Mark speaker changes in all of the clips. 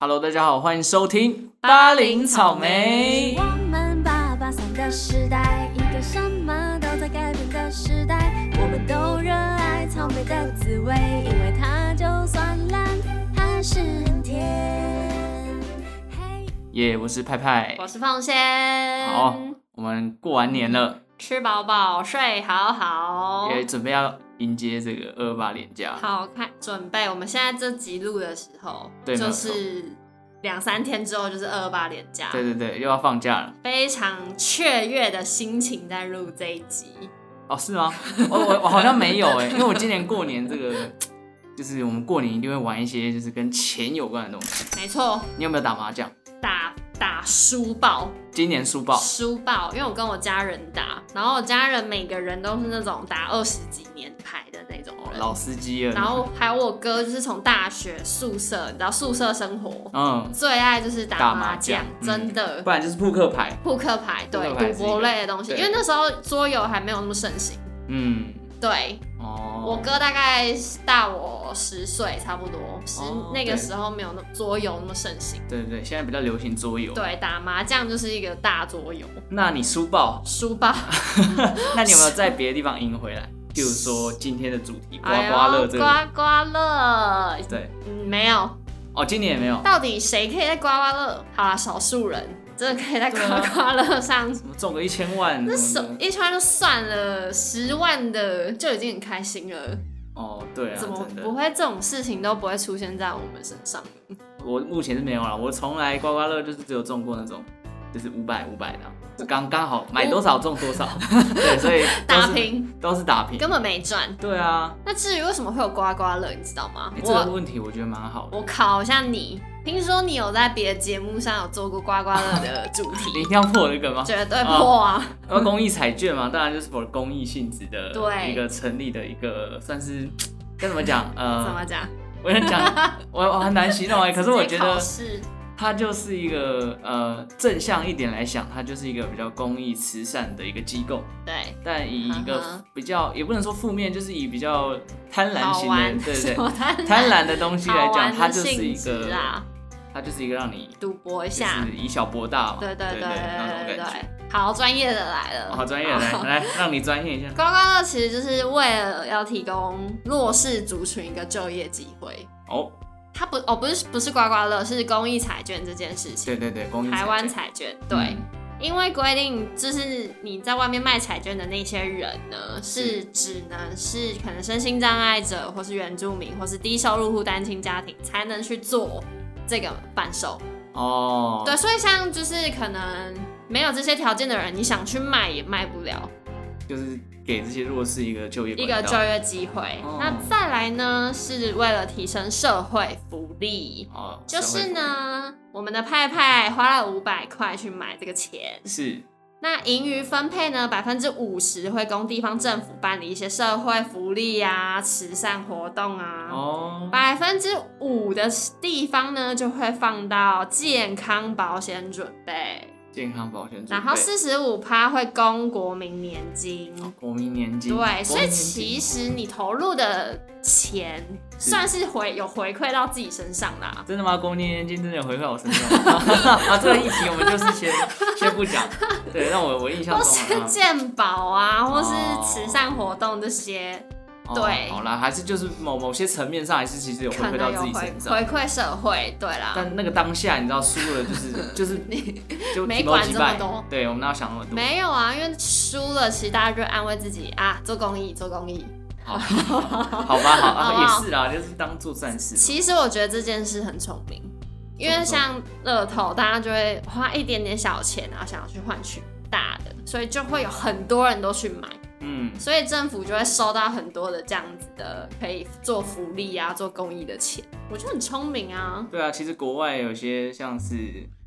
Speaker 1: Hello，大家好，欢迎收听巴黎草莓。
Speaker 2: 我们八八三的时代，一个什么都在改变的时代。我们都热爱草莓的滋味，因为它就算烂，还是很甜。嘿，
Speaker 1: 耶、我是派派。
Speaker 3: 我是凤仙，
Speaker 1: 好，我们过完年了，
Speaker 3: 吃饱饱，睡好好，
Speaker 1: 也准备要迎接这个二八年假。
Speaker 3: 哦好看准备。我们现在这集录的时候，
Speaker 1: 对没有
Speaker 3: 就
Speaker 1: 错
Speaker 3: 是两三天之后就是二八连假，
Speaker 1: 对对对，又要放假了。
Speaker 3: 非常雀跃的心情在录这一集。
Speaker 1: 哦，是 吗？我我我好像没有哎，因为我今年过年这个，就是我们过年一定会玩一些就是跟钱有关的东西。
Speaker 3: 没错，
Speaker 1: 你有没有打麻将？
Speaker 3: 打打书报，
Speaker 1: 今年书报
Speaker 3: 书报，因为我跟我家人打，然后我家人每个人都是那种打二十几年牌的那种
Speaker 1: 哦
Speaker 3: 人。
Speaker 1: 老司机了。
Speaker 3: 然后还有我哥，就是从大学宿舍，你知道宿舍生活，
Speaker 1: 嗯，
Speaker 3: 最爱就是
Speaker 1: 打
Speaker 3: 打
Speaker 1: 麻
Speaker 3: 麻将，
Speaker 1: 将嗯
Speaker 3: 真的
Speaker 1: 不。然就是扑克牌。
Speaker 3: 扑克牌，对
Speaker 1: 扑克牌是一个
Speaker 3: 赌博类的东西，
Speaker 1: 对
Speaker 3: 因为那时候桌游还没有那么盛行。
Speaker 1: 嗯，
Speaker 3: 对，
Speaker 1: 哦，
Speaker 3: 我哥大概大我十岁，差不多十、
Speaker 1: 哦
Speaker 3: 那个
Speaker 1: 对
Speaker 3: 时候没有那桌游那么盛行。
Speaker 1: 对对对，现在比较流行桌游。
Speaker 3: 对，打麻将就是一个大桌游，
Speaker 1: 那你书报
Speaker 3: 输吧，
Speaker 1: 那你有没有在别的地方赢回来？譬如说今天的主题 刮
Speaker 3: 哎呦
Speaker 1: 刮乐这个，
Speaker 3: 刮刮乐，
Speaker 1: 对，
Speaker 3: 嗯，没有，
Speaker 1: 哦，今年也没有，
Speaker 3: 到底谁可以在刮刮乐？好啦，少数人真的可以在
Speaker 1: 啊
Speaker 3: 刮刮乐上。
Speaker 1: 什么中个一千万，
Speaker 3: 那
Speaker 1: 什
Speaker 3: 手
Speaker 1: 么的
Speaker 3: 一圈就算了，十万的就已经很开心了。
Speaker 1: 哦，对啊，
Speaker 3: 怎么
Speaker 1: 真
Speaker 3: 不
Speaker 1: 的，
Speaker 3: 会这种事情都不会出现在我们身上？
Speaker 1: 我目前是没有啦，我从来刮刮乐就是只有中过那种，就是五百五百的啊，就刚刚好买多少中 多少，对，所以都是
Speaker 3: 打平
Speaker 1: 都是打平，
Speaker 3: 根本没赚。
Speaker 1: 对啊，
Speaker 3: 那至于为什么会有刮刮乐，你知道吗
Speaker 1: 哎？这个
Speaker 3: 我
Speaker 1: 问题我觉得蛮好的，
Speaker 3: 我考一下你，听说你有在别的节目上有做过刮刮乐的主
Speaker 1: 你 一
Speaker 3: 题，
Speaker 1: 定要破这个吗？
Speaker 3: 绝对
Speaker 1: 哦
Speaker 3: 破啊！
Speaker 1: 要公益彩券嘛，当然就是 for 公益性质的
Speaker 3: 对
Speaker 1: 一个成立的一个算是该怎么讲
Speaker 3: 怎
Speaker 1: 呃
Speaker 3: 么。讲？
Speaker 1: 我想 讲，我我很难形容哎、可是我觉
Speaker 3: 直接考
Speaker 1: 得
Speaker 3: 试
Speaker 1: 它就是一个呃正向一点来想，它就是一个比较公益慈善的一个机构，
Speaker 3: 对
Speaker 1: 但以一
Speaker 3: 嗯
Speaker 1: 个
Speaker 3: 哼
Speaker 1: 比较也不能说负面，就是以比较贪婪
Speaker 3: 好
Speaker 1: 型
Speaker 3: 玩，
Speaker 1: 的，对
Speaker 3: 什
Speaker 1: 对
Speaker 3: 么贪
Speaker 1: 对，
Speaker 3: 婪
Speaker 1: 贪婪的东西来
Speaker 3: 好玩
Speaker 1: 讲，
Speaker 3: 的
Speaker 1: 它就是一
Speaker 3: 性质
Speaker 1: 个，
Speaker 3: 啊，
Speaker 1: 它就是一个让你
Speaker 3: 赌博一
Speaker 1: 就
Speaker 3: 下
Speaker 1: 是，以小博大嘛，
Speaker 3: 对对
Speaker 1: 对
Speaker 3: 对
Speaker 1: 那
Speaker 3: 对
Speaker 1: 种
Speaker 3: 对
Speaker 1: 感觉。
Speaker 3: 对，好专业的来了，
Speaker 1: 哦好专业，来来，让你专业一下
Speaker 3: 刮刮乐其实就是为了要提供弱势族群一个就业机会。
Speaker 1: 哦，
Speaker 3: 它不哦不是不是刮刮乐，是公益彩券这件事情。
Speaker 1: 对对对，公益
Speaker 3: 台湾
Speaker 1: 彩嗯
Speaker 3: 彩券对，因为规定就是你在外面卖彩券的那些人呢，
Speaker 1: 是
Speaker 3: 是只能是可能身心障碍者，或是原住民，或是低收入户单亲家庭才能去做这个贩售。
Speaker 1: 券哦，
Speaker 3: 对，所以像就是可能没有这些条件的人，你想去卖也卖不了。
Speaker 1: 就是给这些弱势一个就业
Speaker 3: 一
Speaker 1: 管
Speaker 3: 个
Speaker 1: 道
Speaker 3: 就业机会。
Speaker 1: 哦
Speaker 3: 那再来呢，是为了提升社会福利，
Speaker 1: 哦，
Speaker 3: 就
Speaker 1: 社会
Speaker 3: 是
Speaker 1: 福利
Speaker 3: 呢，我们的派派花了五百块去买这个钱，
Speaker 1: 是
Speaker 3: 那盈余分配呢，百分之五十会供地方政府办理一些社会福利啊、慈善活动啊。
Speaker 1: 哦，
Speaker 3: 百分之五的地方呢，就会放到健康保险准备，
Speaker 1: 健康保险准备，
Speaker 3: 然后四十五趴会供国民年金。
Speaker 1: 国民年金，国民
Speaker 3: 对，
Speaker 1: 年金
Speaker 3: 所以其实你投入的钱
Speaker 1: 是
Speaker 3: 算是回有回馈到自己身上啦。
Speaker 1: 真的吗？国民年金真的有回馈我身上 吗？啊，这个议题我们就是先 先不讲，对，让我我印象
Speaker 3: 或
Speaker 1: 中啊
Speaker 3: 是
Speaker 1: 好像
Speaker 3: 健保啊，或是
Speaker 1: 哦
Speaker 3: 慈善活动这些，
Speaker 1: 哦
Speaker 3: 对
Speaker 1: 好啦，还是就是某某些层面上还是其实有回
Speaker 3: 可
Speaker 1: 馈
Speaker 3: 能
Speaker 1: 到
Speaker 3: 有
Speaker 1: 自己
Speaker 3: 回
Speaker 1: 身上。
Speaker 3: 回馈社会，对啦，
Speaker 1: 但那个当下，你知道输了就是 就是就
Speaker 3: 没
Speaker 1: 几毛
Speaker 3: 管
Speaker 1: 几
Speaker 3: 这么
Speaker 1: 百
Speaker 3: 多
Speaker 1: 对我们哪有想那么多？
Speaker 3: 没有啊，因为输了，其实大家就安慰自己啊，做公益，做公益。
Speaker 1: 好，好吧，好
Speaker 3: 好不
Speaker 1: 啊，
Speaker 3: 好
Speaker 1: 也是啦，就是当做善事。
Speaker 3: 哦其实我觉得这件事很聪明，因为像乐透，大家就会花一点点小钱，然后想要去换取大的，所以就会有很多人都去买。
Speaker 1: 嗯，
Speaker 3: 所以政府就会收到很多的这样子的可以做福利啊、做公益的钱，我觉得很聪明啊。
Speaker 1: 对啊，其实国外有些像是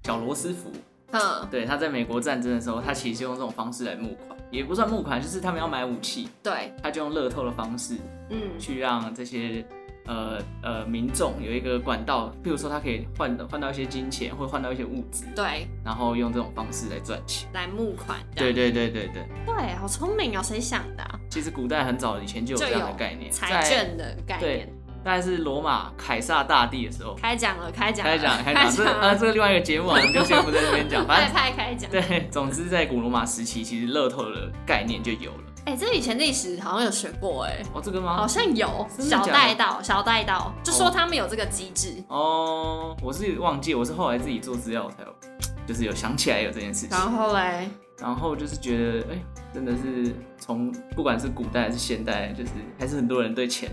Speaker 1: 小罗斯福，
Speaker 3: 嗯，
Speaker 1: 对，他在美国战争的时候，他其实用这种方式来募款，也不算募款，就是他们要买武器，
Speaker 3: 对，
Speaker 1: 他就用乐透的方式
Speaker 3: 嗯，
Speaker 1: 去让这些呃呃民众有一个管道，譬如说他可以换换到一些金钱，或换到一些物资，
Speaker 3: 对，
Speaker 1: 然后用这种方式来赚钱。
Speaker 3: 来募款这
Speaker 1: 对
Speaker 3: 样。
Speaker 1: 对对对对，
Speaker 3: 对，好聪明哦，谁想的啊、
Speaker 1: 其实古代很早以前就有
Speaker 3: 就
Speaker 1: 这样的
Speaker 3: 有
Speaker 1: 概念，
Speaker 3: 财
Speaker 1: 在
Speaker 3: 政的概
Speaker 1: 对
Speaker 3: 念。
Speaker 1: 大概是罗马凯撒大帝的时候。
Speaker 3: 开讲了，开讲
Speaker 1: 开
Speaker 3: 了，
Speaker 1: 讲开讲，这啊这个另外一个节目啊，我们就先不在这边讲。反
Speaker 3: 派
Speaker 1: 正
Speaker 3: 派开讲。
Speaker 1: 对，总之在古罗马时期，其实乐透的概念就有了。
Speaker 3: 哎，这以前历史好像有学过，哎，
Speaker 1: 哦，这个
Speaker 3: 好
Speaker 1: 吗？
Speaker 3: 像有
Speaker 1: 真的
Speaker 3: 小
Speaker 1: 假的
Speaker 3: 带到，小带到，就
Speaker 1: 哦
Speaker 3: 说他们有这个机制。
Speaker 1: 哦，我是忘记，我是后来自己做资料才有，就是有想起来有这件事情。
Speaker 3: 然后嘞，
Speaker 1: 然后就是觉得，哎、真的是从不管是古代还是现代，就是还是很多人对 钱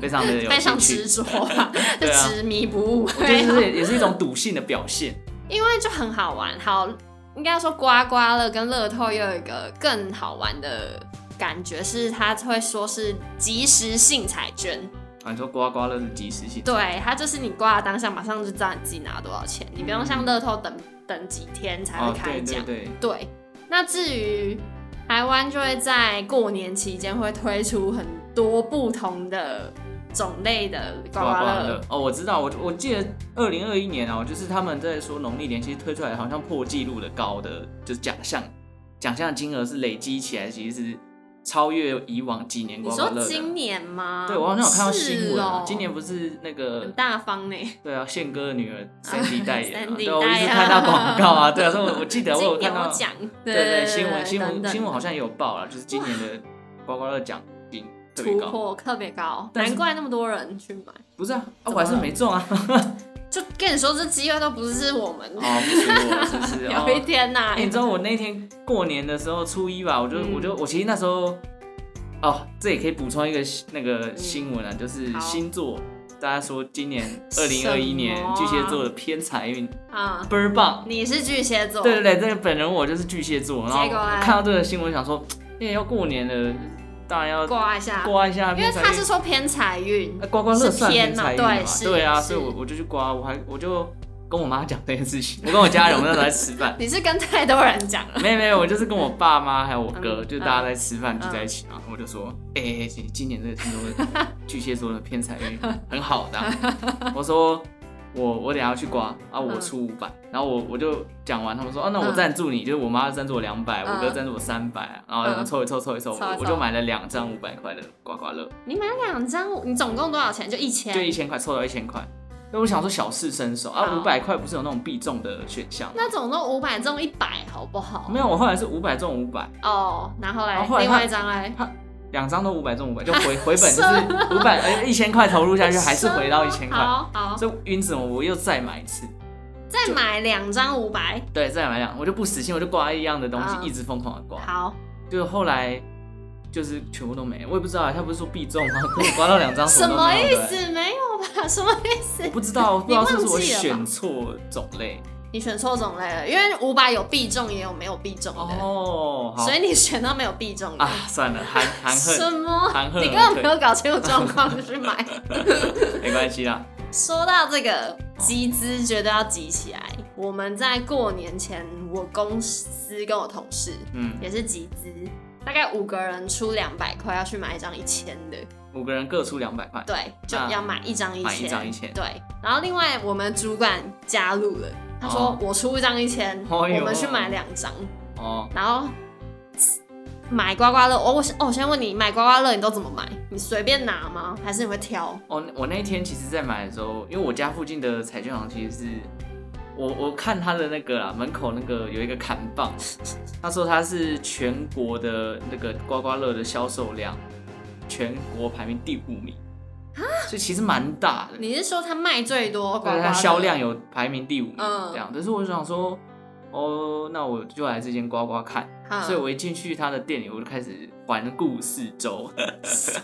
Speaker 1: 非常的有
Speaker 3: 非常
Speaker 1: 兴趣
Speaker 3: 执。着吧，就
Speaker 1: 对啊
Speaker 3: 执迷不悟。
Speaker 1: 我觉得这也也是一种赌性的表现。
Speaker 3: 因为就很好玩。好，应该说刮刮乐跟乐透又有一个更好玩的感觉，是它会说是即时性彩券。
Speaker 1: 啊，你说刮刮乐是即时性，
Speaker 3: 对，它就是你刮的当下马上就知道你自己拿多少钱，你不用像乐透等等几天才会
Speaker 1: 哦，
Speaker 3: 开
Speaker 1: 对
Speaker 3: 奖
Speaker 1: 对。对，
Speaker 3: 对，那至于台湾就会在过年期间会推出很多不同的种类的刮
Speaker 1: 刮
Speaker 3: 刮
Speaker 1: 乐
Speaker 3: 乐。。
Speaker 1: 哦，我知道，我我记得二零二一年哦，就是他们在说农历年，其实推出来好像破纪录的高的，就是奖项，奖项金额是累积起来，其实是超越以往几年
Speaker 3: 你
Speaker 1: 刮刮
Speaker 3: 说
Speaker 1: 乐的。
Speaker 3: 今年吗？
Speaker 1: 对，我好像有看到
Speaker 3: 是
Speaker 1: 新闻啊、
Speaker 3: 哦
Speaker 1: 今年不是那个
Speaker 3: 很大方呢。
Speaker 1: 对啊，宪哥的女儿 Sandy 代言、啊，
Speaker 3: Sandy
Speaker 1: 对啊，我一
Speaker 3: 代
Speaker 1: 直
Speaker 3: 言
Speaker 1: 看到广告啊，对啊，所以我我记得我有
Speaker 3: 金
Speaker 1: 看到
Speaker 3: 牛，奖，
Speaker 1: 对
Speaker 3: 对
Speaker 1: 对，新闻新
Speaker 3: 等
Speaker 1: 闻
Speaker 3: 等
Speaker 1: 新闻好像也有报了，就是今年的刮刮乐奖金特别
Speaker 3: 突
Speaker 1: 高，
Speaker 3: 破特别高，
Speaker 1: 但是
Speaker 3: 难怪那么多人去买。
Speaker 1: 不是啊，啊我
Speaker 3: 怎么
Speaker 1: 还
Speaker 3: 了
Speaker 1: 是没中啊，
Speaker 3: 就跟你说，这机会都不是我们。
Speaker 1: 哦，不是我，是不是？ 哦
Speaker 3: 有一天呐、
Speaker 1: 哎你知道我那天过年的时候初一吧，我就
Speaker 3: 嗯
Speaker 1: 我就我其实那时候，哦，这也可以补充一个那个新闻啊，就是
Speaker 3: 好
Speaker 1: 星座，大家说今 年二零二一
Speaker 3: 什
Speaker 1: 年
Speaker 3: 么啊
Speaker 1: 巨蟹座的偏财运
Speaker 3: 啊，
Speaker 1: 倍儿棒。
Speaker 3: 你是巨蟹座，
Speaker 1: 对对对，这个本人我就是巨蟹座，然后
Speaker 3: 哦结果嘞
Speaker 1: 看到这个新闻想说，因为要过年了，当然要
Speaker 3: 刮一下，
Speaker 1: 刮一下
Speaker 3: 啊因为
Speaker 1: 偏财运，
Speaker 3: 他是说偏财运
Speaker 1: 呃，刮刮乐算偏财运
Speaker 3: 是偏嘛
Speaker 1: 嘛
Speaker 3: 对是
Speaker 1: 对啊，
Speaker 3: 是
Speaker 1: 所以我我就去刮，我还我就跟我妈讲这件事情，我跟我家人我们那时候在吃饭，
Speaker 3: 你是跟太多人讲了，
Speaker 1: 没有没有，我就是跟我爸妈还有我哥，
Speaker 3: 嗯
Speaker 1: 就大家在吃饭聚在一起啊，我就说，哎、哎哎今今年这个听说巨蟹座的偏财运很好的 啊，我说。我我等一下要去刮啊，我
Speaker 3: 嗯
Speaker 1: 出五百、然后我我就讲完，他们说啊，那我
Speaker 3: 嗯
Speaker 1: 赞助你，就是我妈赞助我两百、我哥
Speaker 3: 嗯
Speaker 1: 赞助我三百，然后我们
Speaker 3: 嗯
Speaker 1: 凑一凑凑一凑，
Speaker 3: 凑一
Speaker 1: 我
Speaker 3: 凑
Speaker 1: 我就买了两张五百块的刮刮乐，
Speaker 3: 你买两张，你总共多少钱？就一千
Speaker 1: 就，一千块凑到一千块。那我想说小试身手啊，
Speaker 3: 好
Speaker 1: 五百块不是有那种必中的选项？
Speaker 3: 那总共五百中一百，好不好？
Speaker 1: 没有，我后来是五百中五百，
Speaker 3: 哦，然后
Speaker 1: 然
Speaker 3: 来
Speaker 1: 后后来
Speaker 3: 另
Speaker 1: 他
Speaker 3: 外一张来，
Speaker 1: 两张都五百中五百，就 回回本就是五百，呃一千块投入下去还是回到一千块，
Speaker 3: 好好，
Speaker 1: 所以因此我又再买一次，
Speaker 3: 再买两张五百，
Speaker 1: 对，再买两，我就不死心，我就刮一样的东西，
Speaker 3: 嗯
Speaker 1: 一直疯狂的刮，
Speaker 3: 好，
Speaker 1: 就是后来就是全部都没了，我也不知道啊，他不是说必中 吗？可我刮到两张
Speaker 3: 什
Speaker 1: 么都
Speaker 3: 么
Speaker 1: 没有
Speaker 3: 意？
Speaker 1: 对
Speaker 3: 思？没有吧？什么意思
Speaker 1: 我？不知道，我不知道是不是我
Speaker 3: 你忘记了吧
Speaker 1: 选错种类
Speaker 3: 你选错种类了，因为五百有必中，也有没有必中的，
Speaker 1: 哦，好
Speaker 3: 所以你选到没有必中的。
Speaker 1: 啊，算了，含含
Speaker 3: 什
Speaker 1: 恨
Speaker 3: 么？
Speaker 1: 含恨而退，
Speaker 3: 你根本没有搞清楚状况就去买。
Speaker 1: 没关系啦。
Speaker 3: 说到这个集资，绝对要集起来。我们在过年前，我公司跟我同事
Speaker 1: 嗯，
Speaker 3: 也是集资，大概五个人出两百块要去买一张一千的，
Speaker 1: 五个人各出两百块。
Speaker 3: 对，就
Speaker 1: 啊
Speaker 3: 要买一张一
Speaker 1: 买一
Speaker 3: 千，
Speaker 1: 张1000
Speaker 3: 对。然后另外我们主管加入了，他说
Speaker 1: 哦
Speaker 3: 我出一张一千，我
Speaker 1: 哎呦
Speaker 3: 们去买两张。
Speaker 1: 哦，
Speaker 3: 然后买刮刮乐，我我先哦，我先问你，买刮刮乐你都怎么买？你随便拿吗？还是你会挑？
Speaker 1: 哦，我那一天其实在买的时候，因为我家附近的彩券行其实是，我我看他的那个啦，门口那个有一个砍棒， 他说他是全国的那个刮刮乐的销售量，全国排名第五名，所以其实蛮大的。
Speaker 3: 啊你是说它卖最多刮刮
Speaker 1: 对，
Speaker 3: 乐？
Speaker 1: 它销量有排名第五名
Speaker 3: 嗯
Speaker 1: 这样，但是我就想说，哦，那我就来这间刮刮看，
Speaker 3: 嗯，
Speaker 1: 所以我一进去他的店里，我就开始环顾四周，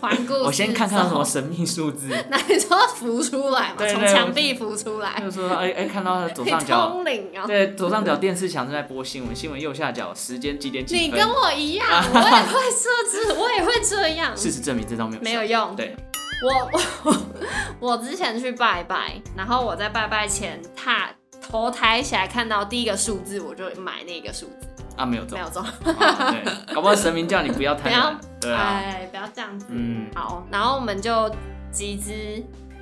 Speaker 3: 环顾，
Speaker 1: 我先看看有什么。神秘数 字，
Speaker 3: 那你说浮出来嘛？
Speaker 1: 对对
Speaker 3: 从
Speaker 1: 对
Speaker 3: 墙壁浮出来，
Speaker 1: 就说哎哎，看到他左
Speaker 3: 你
Speaker 1: 上角，
Speaker 3: 通灵啊！
Speaker 1: 对，左上角电视墙正在播新闻，新闻右下角时间几点
Speaker 3: 你
Speaker 1: 几分
Speaker 3: 跟。我 一样，我也会设置，我也会这样，
Speaker 1: 事实证明这招没有
Speaker 3: 没
Speaker 1: 效
Speaker 3: 有用。
Speaker 1: 对，
Speaker 3: 我我 我之前去拜拜，然后我在拜拜前踏头抬起来看到第一个数字，我就买那个数字，
Speaker 1: 啊，没有中
Speaker 3: 没，有中。
Speaker 1: 啊对，搞不好神明叫你不要贪 婪，对啊，
Speaker 3: 哎，不要这样子。
Speaker 1: 嗯
Speaker 3: 好，然后我们就集资，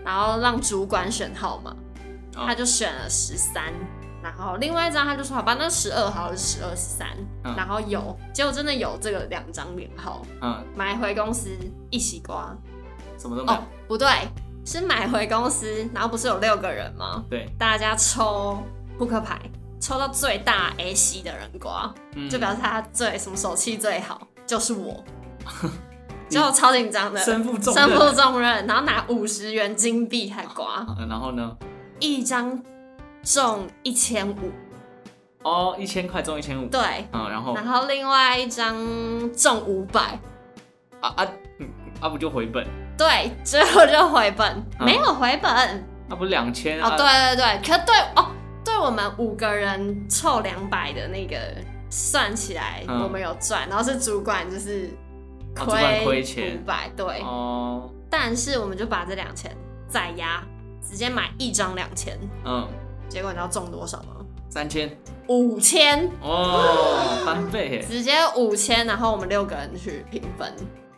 Speaker 3: 然后让主管选号码，
Speaker 1: 哦
Speaker 3: 他就选了十三。然后另外一张他就说好吧，那十二号是十二十三，
Speaker 1: 嗯
Speaker 3: 然后有，结果真的有这个两张脸号，
Speaker 1: 嗯，
Speaker 3: 买回公司一起刮。
Speaker 1: 什么都没
Speaker 3: 哦
Speaker 1: 有，，
Speaker 3: 不对，是买回公司，然后不是有六个人吗？
Speaker 1: 对，
Speaker 3: 大家抽扑克牌，抽到最大 A C 的人刮，
Speaker 1: 嗯
Speaker 3: 就表示他最什么手气最好，就是 我，就超紧张的，
Speaker 1: 身负重
Speaker 3: 身
Speaker 1: 任
Speaker 3: 负重任，然后拿五十元金币还刮
Speaker 1: 嗯然后呢？
Speaker 3: 一张中一千五，
Speaker 1: 哦，一千块中一千五，
Speaker 3: 对，
Speaker 1: 嗯，然后
Speaker 3: 然后另外一张中五百，
Speaker 1: 啊啊嗯啊不就回本？
Speaker 3: 对，最后就回本，
Speaker 1: 嗯
Speaker 3: 没有回本，
Speaker 1: 啊不两千
Speaker 3: 哦，
Speaker 1: 啊？
Speaker 3: 对对对，可对哦，对我们五个人凑两百的那个算起来，
Speaker 1: 嗯
Speaker 3: 我们有赚，然后是主管就是
Speaker 1: 哦主管
Speaker 3: 亏
Speaker 1: 亏钱
Speaker 3: 五百，对，
Speaker 1: 哦，
Speaker 3: 但是我们就把这两千再压，直接买一张两千，
Speaker 1: 嗯，
Speaker 3: 结果你知道中多少吗？
Speaker 1: 三千
Speaker 3: 五千，
Speaker 1: 哦，翻倍耶，
Speaker 3: 直接五千，然后我们六个人去平分，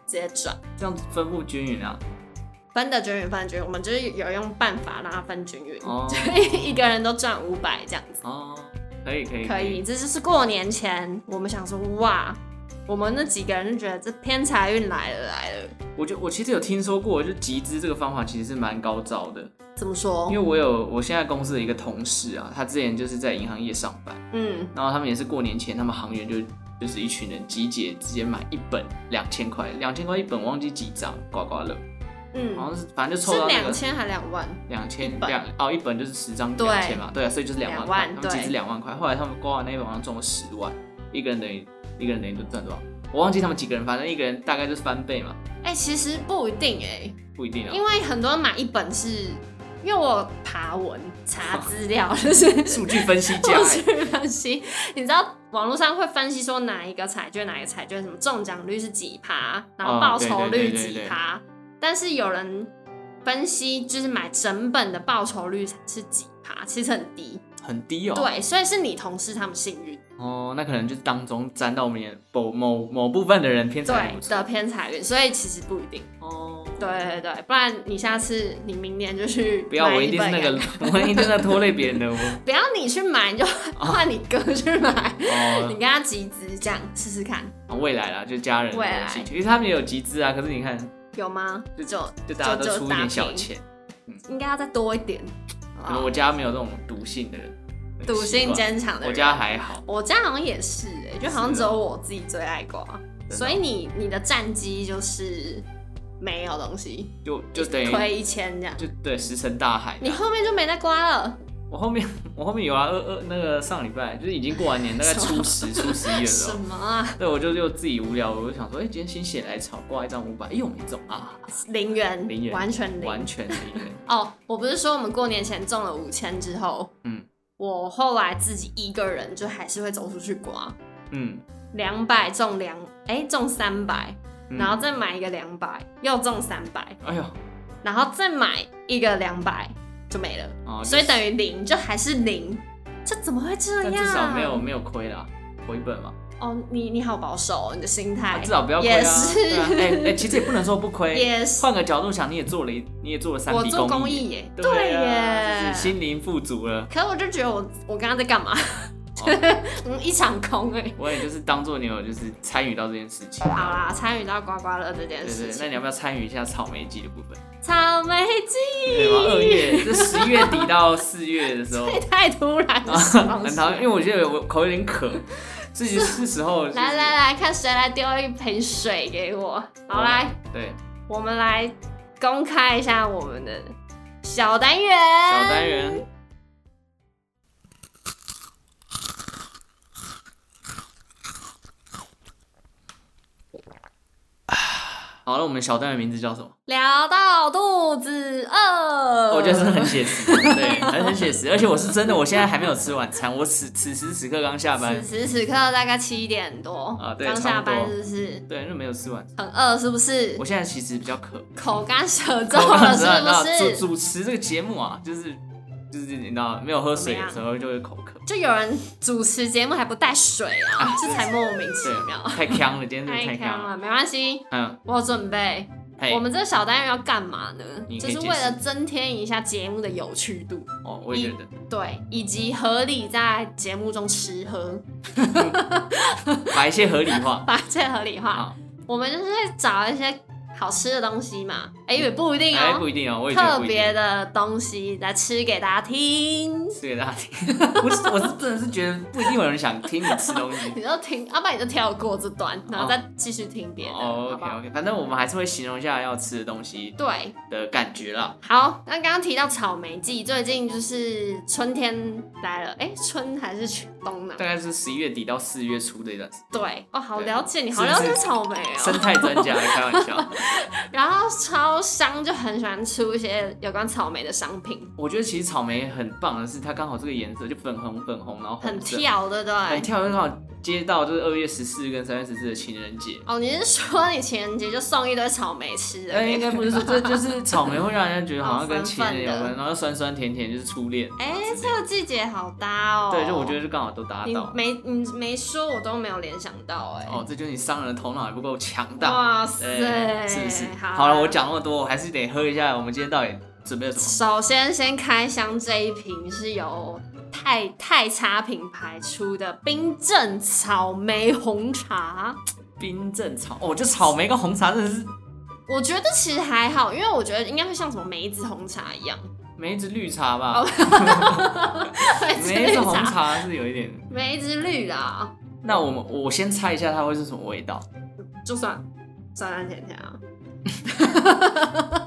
Speaker 3: 直接赚。
Speaker 1: 这样子分布均匀啊。
Speaker 3: 分的均匀，分的均匀，我们就是有用办法让它分均匀，
Speaker 1: 哦
Speaker 3: 所以一个人都赚五百这样子。
Speaker 1: 哦，可以可以
Speaker 3: 可以，，这就是过年前我们想说，哇，我们那几个人就觉得这偏财运来了来了。
Speaker 1: 我就我其实有听说过，就集资这个方法其实是蛮高招的，
Speaker 3: 怎么说
Speaker 1: 因为？我有我现在公司的一个同事啊，他之前就是在银行业上班，
Speaker 3: 嗯，
Speaker 1: 然后他们也是过年前，他们行员就就是一群人集结，直接买一本两千块，两千块一本，忘记几张刮刮乐，好
Speaker 3: 嗯，
Speaker 1: 像是反正就是凑到那
Speaker 3: 两
Speaker 1: 个
Speaker 3: 千还两万？
Speaker 1: 两千
Speaker 3: 一本
Speaker 1: 两哦一本就是十张
Speaker 3: 对
Speaker 1: 两千嘛，对啊，所以就是两万块，
Speaker 3: 两万
Speaker 1: 他们集资
Speaker 3: 对
Speaker 1: 两万块，后来他们刮完那一本好像中了十万，一个人等于一个人等于赚多少？我忘记他们几个人，反正一个人大概就是翻倍嘛，
Speaker 3: 哎、其实不一定哎、
Speaker 1: 不一定啊
Speaker 3: 因，为很多人买一本是，因为我有爬文 查资料，就是
Speaker 1: 数据分析家、
Speaker 3: 不
Speaker 1: 欸
Speaker 3: 是。分析，你知道 网络上会分析说哪一个彩券哪一个彩券什么中奖率是几趴，然后
Speaker 1: 哦
Speaker 3: 报
Speaker 1: 对
Speaker 3: 酬
Speaker 1: 对
Speaker 3: 率
Speaker 1: 对
Speaker 3: 几
Speaker 1: 对
Speaker 3: 趴，但是有人分析就是买整本的报酬率是几趴，其实很低，
Speaker 1: 很低哦。，
Speaker 3: 对，所以是你同事他们幸运，
Speaker 1: 哦，那可能就是当中沾到我们眼某某某部分的人偏财
Speaker 3: 对
Speaker 1: 不错
Speaker 3: 的偏财运，所以其实不一定，
Speaker 1: 哦。
Speaker 3: 对对对，不然你下次你明年就去
Speaker 1: 不要，
Speaker 3: 买
Speaker 1: 我一定是
Speaker 3: 本
Speaker 1: 那个
Speaker 3: 给 他，
Speaker 1: 我一定是那个拖累别人的我。
Speaker 3: 不要你去买，你就换你哥去买，你
Speaker 1: 哦，
Speaker 3: 跟他集资这样试试看，
Speaker 1: 未来啦，就家人的
Speaker 3: 未来
Speaker 1: 东西，其实他们也有集资啊，可是你看，
Speaker 3: 有吗？
Speaker 1: 就
Speaker 3: 就
Speaker 1: 就大家都出一点小，
Speaker 3: 就就打平
Speaker 1: 钱，
Speaker 3: 应该要再多一点。
Speaker 1: 可能我家没有这种毒性的人，那个
Speaker 3: 哦赌
Speaker 1: 习
Speaker 3: 性
Speaker 1: 惯
Speaker 3: 坚强的人，
Speaker 1: 我家还好，
Speaker 3: 我家好像也是、欸，就好像只有我自己最爱刮，
Speaker 1: 真的
Speaker 3: 所以你你的战绩就是没有东西，
Speaker 1: 就就等于
Speaker 3: 亏一千这样，
Speaker 1: 就对石沉大海啊。
Speaker 3: 你后面就没再刮了，
Speaker 1: 我后面我后面有啊，二二那个上礼拜就是已经过完 年，大概初十初十一的时
Speaker 3: 什
Speaker 1: 候，
Speaker 3: 么啊，
Speaker 1: 对，我就又自己无聊，我就想说，哎、今天心血来潮挂一张五百，哎呦没中啊，
Speaker 3: 零元，
Speaker 1: 零元
Speaker 3: 完全零，
Speaker 1: 完全零 元。
Speaker 3: 哦，我不是说我们过年前中了五千之后，
Speaker 1: 嗯
Speaker 3: 我后来自己一个人就还是会走出去刮，
Speaker 1: 嗯，
Speaker 3: 两百中两，哎、中三百，
Speaker 1: 嗯
Speaker 3: 然后再买一个两百，又中三百，
Speaker 1: 哎呦，
Speaker 3: 然后再买一个两百就没了，
Speaker 1: 哦，
Speaker 3: 所以
Speaker 1: 就是
Speaker 3: 等于零，就还是零，这怎么会这
Speaker 1: 但
Speaker 3: 样？
Speaker 1: 至少没有没有亏啦，回本嘛，
Speaker 3: 哦，你你好保守、哦，你的心
Speaker 1: 啊
Speaker 3: 态、
Speaker 1: 至少不要亏啊。
Speaker 3: 也
Speaker 1: 对啊哎、
Speaker 3: 是，
Speaker 1: 哎其实也不能说不亏。
Speaker 3: 也是，
Speaker 1: 换个角度想，你也做了一，你也做了三
Speaker 3: 我
Speaker 1: 笔
Speaker 3: 做公
Speaker 1: 益
Speaker 3: 益
Speaker 1: 耶，
Speaker 3: 耶，
Speaker 1: 对啊
Speaker 3: 耶
Speaker 1: 就是，心灵富足了。
Speaker 3: 可我就觉得我我刚刚在干嘛？
Speaker 1: 哦
Speaker 3: 嗯，一场空哎。
Speaker 1: 我也就是当做你有就是参与到这件事情。
Speaker 3: 好啦，参与到刮刮乐这件
Speaker 1: 对对
Speaker 3: 事
Speaker 1: 对，那
Speaker 3: 情，
Speaker 1: 你要不要参与一下草莓季的部分？
Speaker 3: 草莓
Speaker 1: 对吗？二
Speaker 3: 季
Speaker 1: 月，就十一月底到四月的时 候，
Speaker 3: 太突然了，
Speaker 1: 很讨厌，因为我觉得我口有点渴，自己是时候、就是。
Speaker 3: 来来来，看谁来丢一瓶水给我。
Speaker 1: 啊
Speaker 3: 好，来，
Speaker 1: 对，
Speaker 3: 我们来公开一下我们的小单元。
Speaker 1: 小单元。好了，我们小单元名字叫什么？
Speaker 3: 聊到肚子饿，
Speaker 1: 我觉得是很写实，对，很很写实，而且我是真的，我现在还没有吃晚餐，我此此时此刻刚下班
Speaker 3: 此，时此刻大概七点多，
Speaker 1: 啊对
Speaker 3: 刚下
Speaker 1: 差
Speaker 3: 班
Speaker 1: 不多
Speaker 3: 是不是？
Speaker 1: 对，就没有吃晚餐。
Speaker 3: 很饿是不是
Speaker 1: 我？现在其实比较渴，
Speaker 3: 口干舌燥
Speaker 1: 我
Speaker 3: 了
Speaker 1: 知道
Speaker 3: 是不
Speaker 1: 主
Speaker 3: 是？
Speaker 1: 主持这个节目啊，就是就是你知道没有喝水的时候就会口渴，
Speaker 3: 就有人主持节目还不带水啊，这才莫名其妙
Speaker 1: 对，。啊太呛了，今天真的太
Speaker 3: 太
Speaker 1: 呛
Speaker 3: 坑
Speaker 1: 了。
Speaker 3: 了，没关系，
Speaker 1: 嗯，
Speaker 3: 我有准备。
Speaker 1: 嘿
Speaker 3: 我，们这个小单元要干嘛呢？
Speaker 1: 哎你可
Speaker 3: 就
Speaker 1: 以
Speaker 3: 是为了增添一下节目的有趣度，
Speaker 1: 哦，我也觉得，
Speaker 3: 对，以及合理在节目中吃喝，
Speaker 1: 把 一些合理化。
Speaker 3: 把这合理化。
Speaker 1: 好，
Speaker 3: 我们就是会找一些好吃的东西嘛，哎、哎、也不一定
Speaker 1: 哎、
Speaker 3: 哦、
Speaker 1: 不一定哦，我也觉得
Speaker 3: 特
Speaker 1: 不一
Speaker 3: 别
Speaker 1: 定。
Speaker 3: 的东西来吃给大家听。
Speaker 1: 吃给大家听， 我是我是真的是觉得不一定有人想听你吃东西。
Speaker 3: 你就听，要、不然你就跳过这段，然后再继续听别的，
Speaker 1: 哦
Speaker 3: 好不
Speaker 1: ，OK
Speaker 3: 好？
Speaker 1: OK，反正我们还是会形容一下要吃的东西
Speaker 3: 对，
Speaker 1: 的感觉啦。
Speaker 3: 好，那刚刚提到草莓季，最近就是春天来了，哎、春还是秋冬呢？
Speaker 1: 大概是十一月底到四月初这一段时间，
Speaker 3: 对，哦，好
Speaker 1: 对
Speaker 3: 了解，你
Speaker 1: 是
Speaker 3: 好
Speaker 1: 不
Speaker 3: 了解
Speaker 1: 是
Speaker 3: 草莓哦、
Speaker 1: 生态专家开玩笑。
Speaker 3: 然后超商就很喜欢出一些有关草莓的商品，
Speaker 1: 我觉得其实草莓很棒的是，它刚好这个颜色就粉红粉红，然后
Speaker 3: 很
Speaker 1: 红色，
Speaker 3: 跳，对不
Speaker 1: 哦啊很
Speaker 3: 对？
Speaker 1: 跳，很好接到就是二月十四跟三月十四的情人节。
Speaker 3: 哦，你是说你情人节就送一堆草莓吃的？
Speaker 1: 但应该不是说， 这就是草莓会让人家觉得好像跟情人有
Speaker 3: 好烦
Speaker 1: 关，
Speaker 3: 烦
Speaker 1: 然后酸酸甜甜就是初恋。
Speaker 3: 哎、这个季节好搭哦。
Speaker 1: 对，就我觉得就刚好都达
Speaker 3: 你
Speaker 1: 到。
Speaker 3: 没你没说，我都没有联想到哎、
Speaker 1: 哦，这就是你商人的头脑还不够强大，
Speaker 3: 哇塞，
Speaker 1: 对，哎是不是？
Speaker 3: 好啊
Speaker 1: 好了，我。讲那么多，我还是得喝一下我们今天到底准备了什 么。
Speaker 3: 首先，先开箱这一瓶是由泰泰差品牌出的冰镇草莓红茶。
Speaker 1: 冰镇草，哦，就草莓跟红茶真的是
Speaker 3: 我觉得其实还好，因为我觉得应该会像什么梅子红茶一样，
Speaker 1: 梅子绿茶吧，
Speaker 3: 梅子
Speaker 1: 梅
Speaker 3: 哦绿
Speaker 1: 子红
Speaker 3: 茶，
Speaker 1: 茶是有一点。
Speaker 3: 梅子绿啦，
Speaker 1: 那我们我先猜一下它会是什么味道，
Speaker 3: 就算酸酸甜甜啊。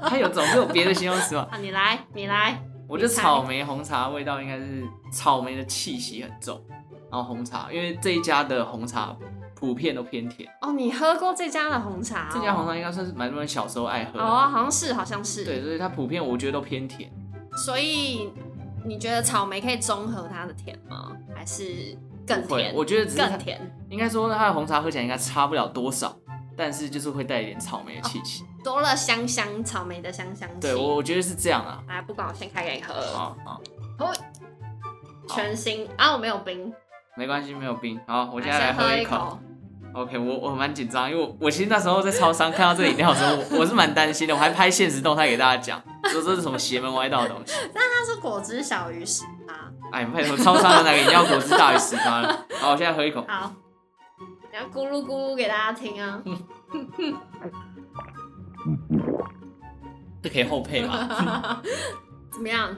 Speaker 1: 它有总是有别的形容词 吗？
Speaker 3: 啊，你来，你来，
Speaker 1: 我觉得草莓红茶味道应该是草莓的气息很重，然后红茶，因为这一家的红茶普遍都偏甜，
Speaker 3: 哦，你喝过这家的红茶、哦？
Speaker 1: 这家红茶应该算是蛮多人小时候爱喝的，
Speaker 3: 哦，好像是，好像是。
Speaker 1: 对，所以它普遍我觉得都偏甜。
Speaker 3: 所以你觉得草莓可以中和它的甜吗？还是更
Speaker 1: 会，
Speaker 3: 甜？
Speaker 1: 我觉得只是它
Speaker 3: 更甜，
Speaker 1: 应该说它的红茶喝起来应该差不了多少，但是就是会带一点草莓的气息。
Speaker 3: 多了香香草莓的香香气。
Speaker 1: 对我我觉得是这样啊。
Speaker 3: 来，不管我先开给你喝，
Speaker 1: 好好，
Speaker 3: 全新啊，我没有冰，
Speaker 1: 没关系，没有冰。好，我现在来
Speaker 3: 先
Speaker 1: 喝
Speaker 3: 喝
Speaker 1: 一口。。OK，我我蛮紧张，因为我我其实那时候在超商看到这饮料的时候，我我是蛮担心的，我还拍现实动态给大家讲，说这是什么邪门歪道的东西。
Speaker 3: 它是果汁小于十啊，
Speaker 1: 哎，拜托，超商的那个饮料果汁大于十趴了。好，我现在喝一口，
Speaker 3: 好，你要咕噜咕噜给大家听啊。
Speaker 1: 这可以后配吗？
Speaker 3: 怎么样？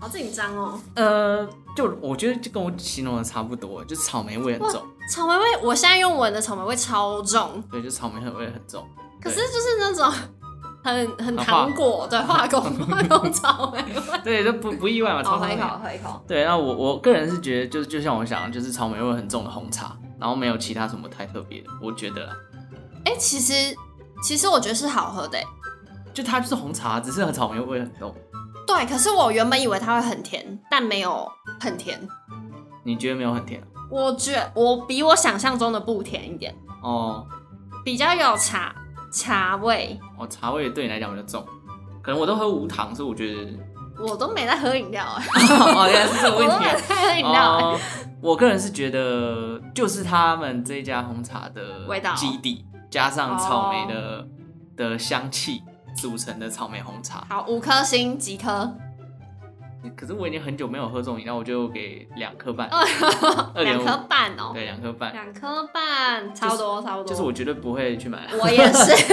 Speaker 3: 好紧张哦！
Speaker 1: 呃，就我觉得就跟我形容的差不多，就是草莓味很重，
Speaker 3: 草莓味，我现在用闻的草莓味超重，
Speaker 1: 对，就是草莓味很重。
Speaker 3: 可
Speaker 1: 对
Speaker 3: 是就是那种 很很
Speaker 1: 很
Speaker 3: 糖果，对，化工化工草莓味。
Speaker 1: 对，就不不意外嘛，
Speaker 3: 哦好，
Speaker 1: 超
Speaker 3: 喝
Speaker 1: 商
Speaker 3: 一
Speaker 1: 饮
Speaker 3: 口，
Speaker 1: 料。
Speaker 3: 喝一口。
Speaker 1: 对，那我我个人是觉得，就是就像我想的，就是草莓味很重的红茶，然后没有其他什么太特别的，我觉得啦，
Speaker 3: 哎、其实其实我觉得是好喝的、欸，
Speaker 1: 就它就是红茶，啊只是草莓味很重。
Speaker 3: 对。可是我原本以为它会很甜，但没有很甜。
Speaker 1: 你觉得没有很甜？啊
Speaker 3: 我觉我比我想象中的不甜一点，
Speaker 1: 哦，
Speaker 3: 比较有茶茶味。
Speaker 1: 哦，茶味对你来讲比较重，可能我都喝无糖，所以我觉 得，
Speaker 3: 我都没在喝饮料、欸，
Speaker 1: 哦，原来是这个
Speaker 3: 我
Speaker 1: 问
Speaker 3: 都
Speaker 1: 题
Speaker 3: 没
Speaker 1: 啊。
Speaker 3: 在喝饮料、欸。
Speaker 1: 哦，我个人是觉得，就是他们这一家红茶的
Speaker 3: 味道哦
Speaker 1: 基底，加上草莓的、的香气组成的草莓红茶。
Speaker 3: 好，五颗星几颗？
Speaker 1: 可是我已经很久没有喝这种饮料，我就给两颗 半，二点
Speaker 3: 两
Speaker 1: 五，
Speaker 3: 颗半哦、
Speaker 1: 对，两颗半，
Speaker 3: 两颗半，差不多，差不多。
Speaker 1: 就是我绝对不会去买。
Speaker 3: 我也， 是，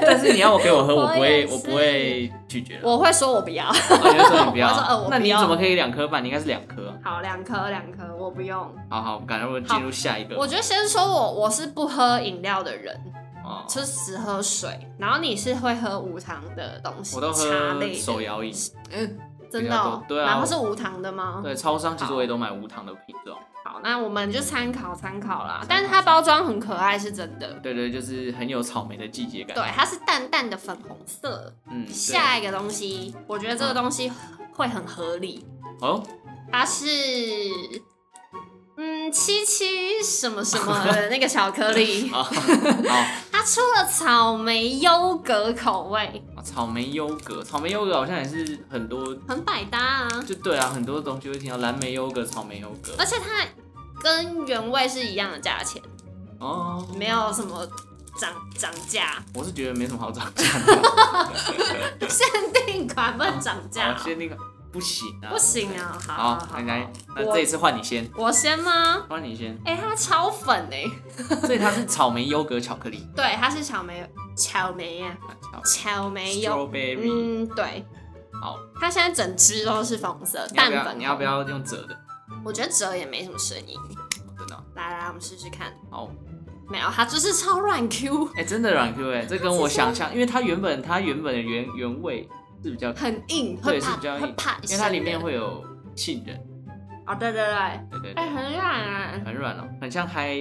Speaker 1: 但是你要我给我喝，我不
Speaker 3: 我也
Speaker 1: 会，
Speaker 3: 是
Speaker 1: 我不会拒绝的。
Speaker 3: 我会说我不要。
Speaker 1: 哦你就说你不要
Speaker 3: 我说呃我，不
Speaker 1: 那你
Speaker 3: 要
Speaker 1: 怎么可以两颗半？你应该是两颗啊。
Speaker 3: 好，两颗，两颗，我不用。
Speaker 1: 好好，感觉我进入下一个。
Speaker 3: 我觉得先说我，我是不喝饮料的人，
Speaker 1: 哦，
Speaker 3: 就是只喝水。然后你是会喝无糖的东西，
Speaker 1: 我都
Speaker 3: 茶
Speaker 1: 喝
Speaker 3: 类
Speaker 1: 手
Speaker 3: 的，
Speaker 1: 摇饮，
Speaker 3: 嗯，真
Speaker 1: 比
Speaker 3: 的
Speaker 1: 较
Speaker 3: 哦、
Speaker 1: 多对啊
Speaker 3: 然后是无糖的吗？
Speaker 1: 对，超商其实我也都买无糖的瓶装。
Speaker 3: 好，那我们就参考参考啦。但是它包装很可爱，是真的。
Speaker 1: 对对，就是很有草莓的季节感。
Speaker 3: 对，它是淡淡的粉红色。
Speaker 1: 嗯，对嗯
Speaker 3: 下一个东西，我觉得这个东西会很合理。
Speaker 1: 哦，
Speaker 3: 它是嗯七七什么什么 的那个巧克力，
Speaker 1: 好，好，
Speaker 3: 它出了草莓优格口味，
Speaker 1: 草莓优格，草莓优格好像也是很多，
Speaker 3: 很百搭啊！
Speaker 1: 就对啊，很多东西会听到蓝莓优格、草莓优格。
Speaker 3: 而且它跟原味是一样的价钱，
Speaker 1: 哦，
Speaker 3: 没有什么涨涨价，
Speaker 1: 我是觉得没什么好涨价的，
Speaker 3: 限定款不能涨价
Speaker 1: 好，先那个不行啊，
Speaker 3: 不。行啊！好好
Speaker 1: 好，
Speaker 3: 好，
Speaker 1: 来来
Speaker 3: 好，
Speaker 1: 那
Speaker 3: 我
Speaker 1: 这一次换你先，
Speaker 3: 我先吗？
Speaker 1: 换你先。
Speaker 3: 哎、它超粉哎、
Speaker 1: 所以它是草莓优格巧克力，
Speaker 3: 对，它是草莓草莓呀、
Speaker 1: 好
Speaker 3: 草莓柚，
Speaker 1: ，strawberry，
Speaker 3: 嗯，对，
Speaker 1: 好，
Speaker 3: 它现在整只都是粉色，
Speaker 1: 你要
Speaker 3: 淡
Speaker 1: 不要
Speaker 3: 粉红
Speaker 1: 你要不？要用折的？
Speaker 3: 我觉得折也没什么声音。
Speaker 1: 真的哦
Speaker 3: 来来，我们试试看。
Speaker 1: 好，
Speaker 3: 没有，它就是超软 Q，
Speaker 1: 哎，真的
Speaker 3: 嗯
Speaker 1: 软 Q 哎，这跟我想象，因为它原本它原本的原原味是比较，
Speaker 3: 很硬，
Speaker 1: 对
Speaker 3: 会
Speaker 1: 是
Speaker 3: 怕
Speaker 1: 比较
Speaker 3: 会
Speaker 1: 硬
Speaker 3: 怕，
Speaker 1: 因为它里面会有杏仁，
Speaker 3: 哦，对对对，
Speaker 1: 对对
Speaker 3: 哎，
Speaker 1: 对，
Speaker 3: 很软啊。
Speaker 1: 很软哦，很像嗨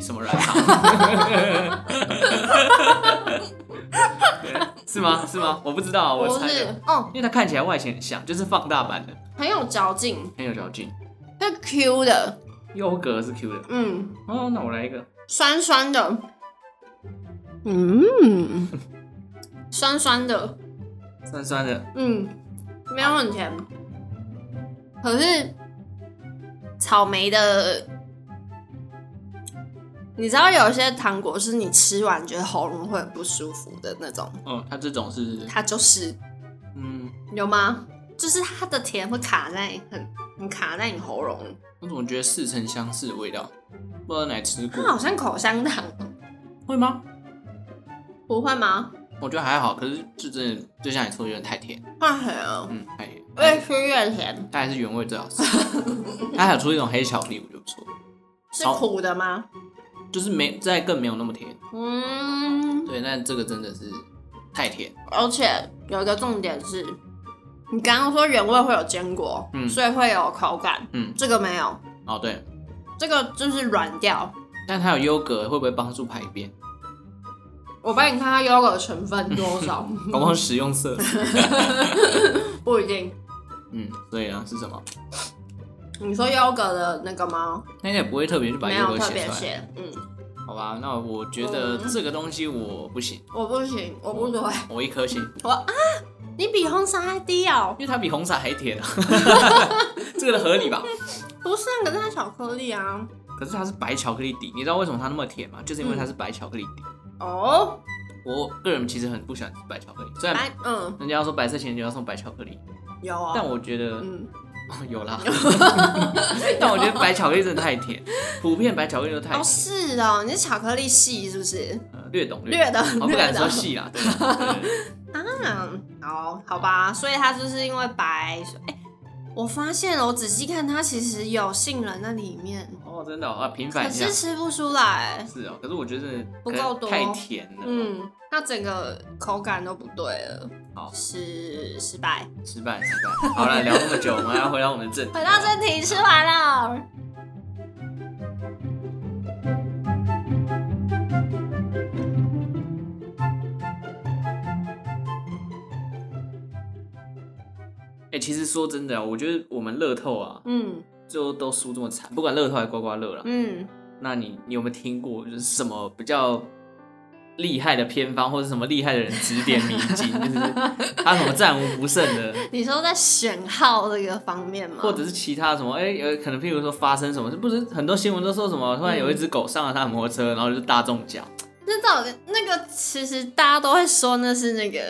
Speaker 1: 什么软糖， 对是吗？是吗？我不知道，啊我
Speaker 3: 不
Speaker 1: 猜
Speaker 3: 是
Speaker 1: 的，，
Speaker 3: 哦，
Speaker 1: 因为它看起来外形很像，就是放大版的，
Speaker 3: 很有嚼劲，
Speaker 1: 很有嚼劲，
Speaker 3: 是 Q 的，
Speaker 1: 优格是 Q 的，
Speaker 3: 嗯，
Speaker 1: 哦，那我来一个，
Speaker 3: 酸酸的， 嗯，酸酸的，
Speaker 1: 酸酸的，
Speaker 3: 嗯，没有很甜，可是草莓的，你知道有一些糖果是你吃完觉得喉咙会很不舒服的那种，
Speaker 1: 嗯，它这种是，
Speaker 3: 它就是
Speaker 1: 嗯，
Speaker 3: 有吗？就是它的甜会卡在很很卡在你喉咙，
Speaker 1: 我怎么觉得似曾相识的味道？不知道哪吃
Speaker 3: 它好
Speaker 1: 过，
Speaker 3: 像口香糖，
Speaker 1: 会吗？
Speaker 3: 不会吗？
Speaker 1: 我觉得还好，可是就真的就像你说，有点太甜，
Speaker 3: 太甜了，
Speaker 1: 嗯，太甜，
Speaker 3: 越吃越甜，
Speaker 1: 它还是原味最好吃。它还有出一种黑巧克力，我觉得不错，
Speaker 3: 是
Speaker 1: 超
Speaker 3: 苦的吗？
Speaker 1: 就是没再更没有那么甜。
Speaker 3: 嗯，
Speaker 1: 对，但这个真的是太甜，
Speaker 3: 而且有一个重点是，你刚刚说原味会有坚果，
Speaker 1: 嗯
Speaker 3: 所以会有口感，
Speaker 1: 嗯，
Speaker 3: 这个没有，
Speaker 1: 哦对，
Speaker 3: 这个就是软掉。
Speaker 1: 但它有优格，会不会帮助排便？
Speaker 3: 我帮你看它优格成分多 少，
Speaker 1: 搞不好食用色素。
Speaker 3: 不一定。
Speaker 1: 嗯，所以呢是什么？
Speaker 3: 你说优格的那个吗？
Speaker 1: 那应该也不会特别去把
Speaker 3: 没
Speaker 1: 优
Speaker 3: 有
Speaker 1: 格
Speaker 3: 特
Speaker 1: 写
Speaker 3: 别
Speaker 1: 出来，
Speaker 3: 写，嗯，
Speaker 1: 好吧？那我觉得这个东西我不行，
Speaker 3: 我不行，我不对，
Speaker 1: 我一颗星，
Speaker 3: 我啊，你比红茶还低哦
Speaker 1: 因，为它比红茶还甜啊，这个合理吧？
Speaker 3: 不是那个是它巧克力啊，
Speaker 1: 可是它是白巧克力底，你知道为什么它那么甜吗？就是因为它是白巧克力底。
Speaker 3: 哦，
Speaker 1: 我个人其实很不喜欢吃白巧克力，虽然
Speaker 3: 白，嗯，
Speaker 1: 人家说白色情人节要送白巧克力，
Speaker 3: 有啊，
Speaker 1: 但我觉得、哦
Speaker 3: 嗯，
Speaker 1: 有啦。 但我觉得白巧克力真的太甜，普遍白巧克力都太
Speaker 3: 哦，
Speaker 1: 甜，
Speaker 3: 是哦，你是巧克力系是不是？
Speaker 1: 呃略懂
Speaker 3: 略
Speaker 1: 懂
Speaker 3: 懂，
Speaker 1: 我不敢
Speaker 3: 略
Speaker 1: 说
Speaker 3: 懂
Speaker 1: 细 啦，对对对
Speaker 3: 嗯，好，好吧，所以它就是因为白，所以哎、我发现了，我仔细看它其实有杏仁在里面，
Speaker 1: 哦，真的哦啊，平反
Speaker 3: 可
Speaker 1: 一下
Speaker 3: 是吃不出来，
Speaker 1: 是哦，可是我觉得真的
Speaker 3: 不
Speaker 1: 可能
Speaker 3: 够多
Speaker 1: 太甜了，嗯，
Speaker 3: 嗯，它整个口感都不对了，
Speaker 1: 好
Speaker 3: 哦失失败。
Speaker 1: 失败失败。好了，聊那么久，我们要回到我们的正题，啊
Speaker 3: 回到正题，吃完了。
Speaker 1: 哎、其实说真的啊，我觉得我们乐透啊，
Speaker 3: 嗯
Speaker 1: 最后都输这么惨，不管乐透还刮刮乐啦，
Speaker 3: 嗯，
Speaker 1: 那你你有没有听过就是什么比较厉害的偏方，或者什么厉害的人指点迷津，就是他什么战无不胜的，
Speaker 3: 你说在选号这个方面吗？
Speaker 1: 或者是其他什么，哎、有可能譬如说发生什么事，不是很多新闻都说什么，突然有一只狗上了他的摩托车，然后就是大中 奖，
Speaker 3: 那到底那个其实大家都会说那是那个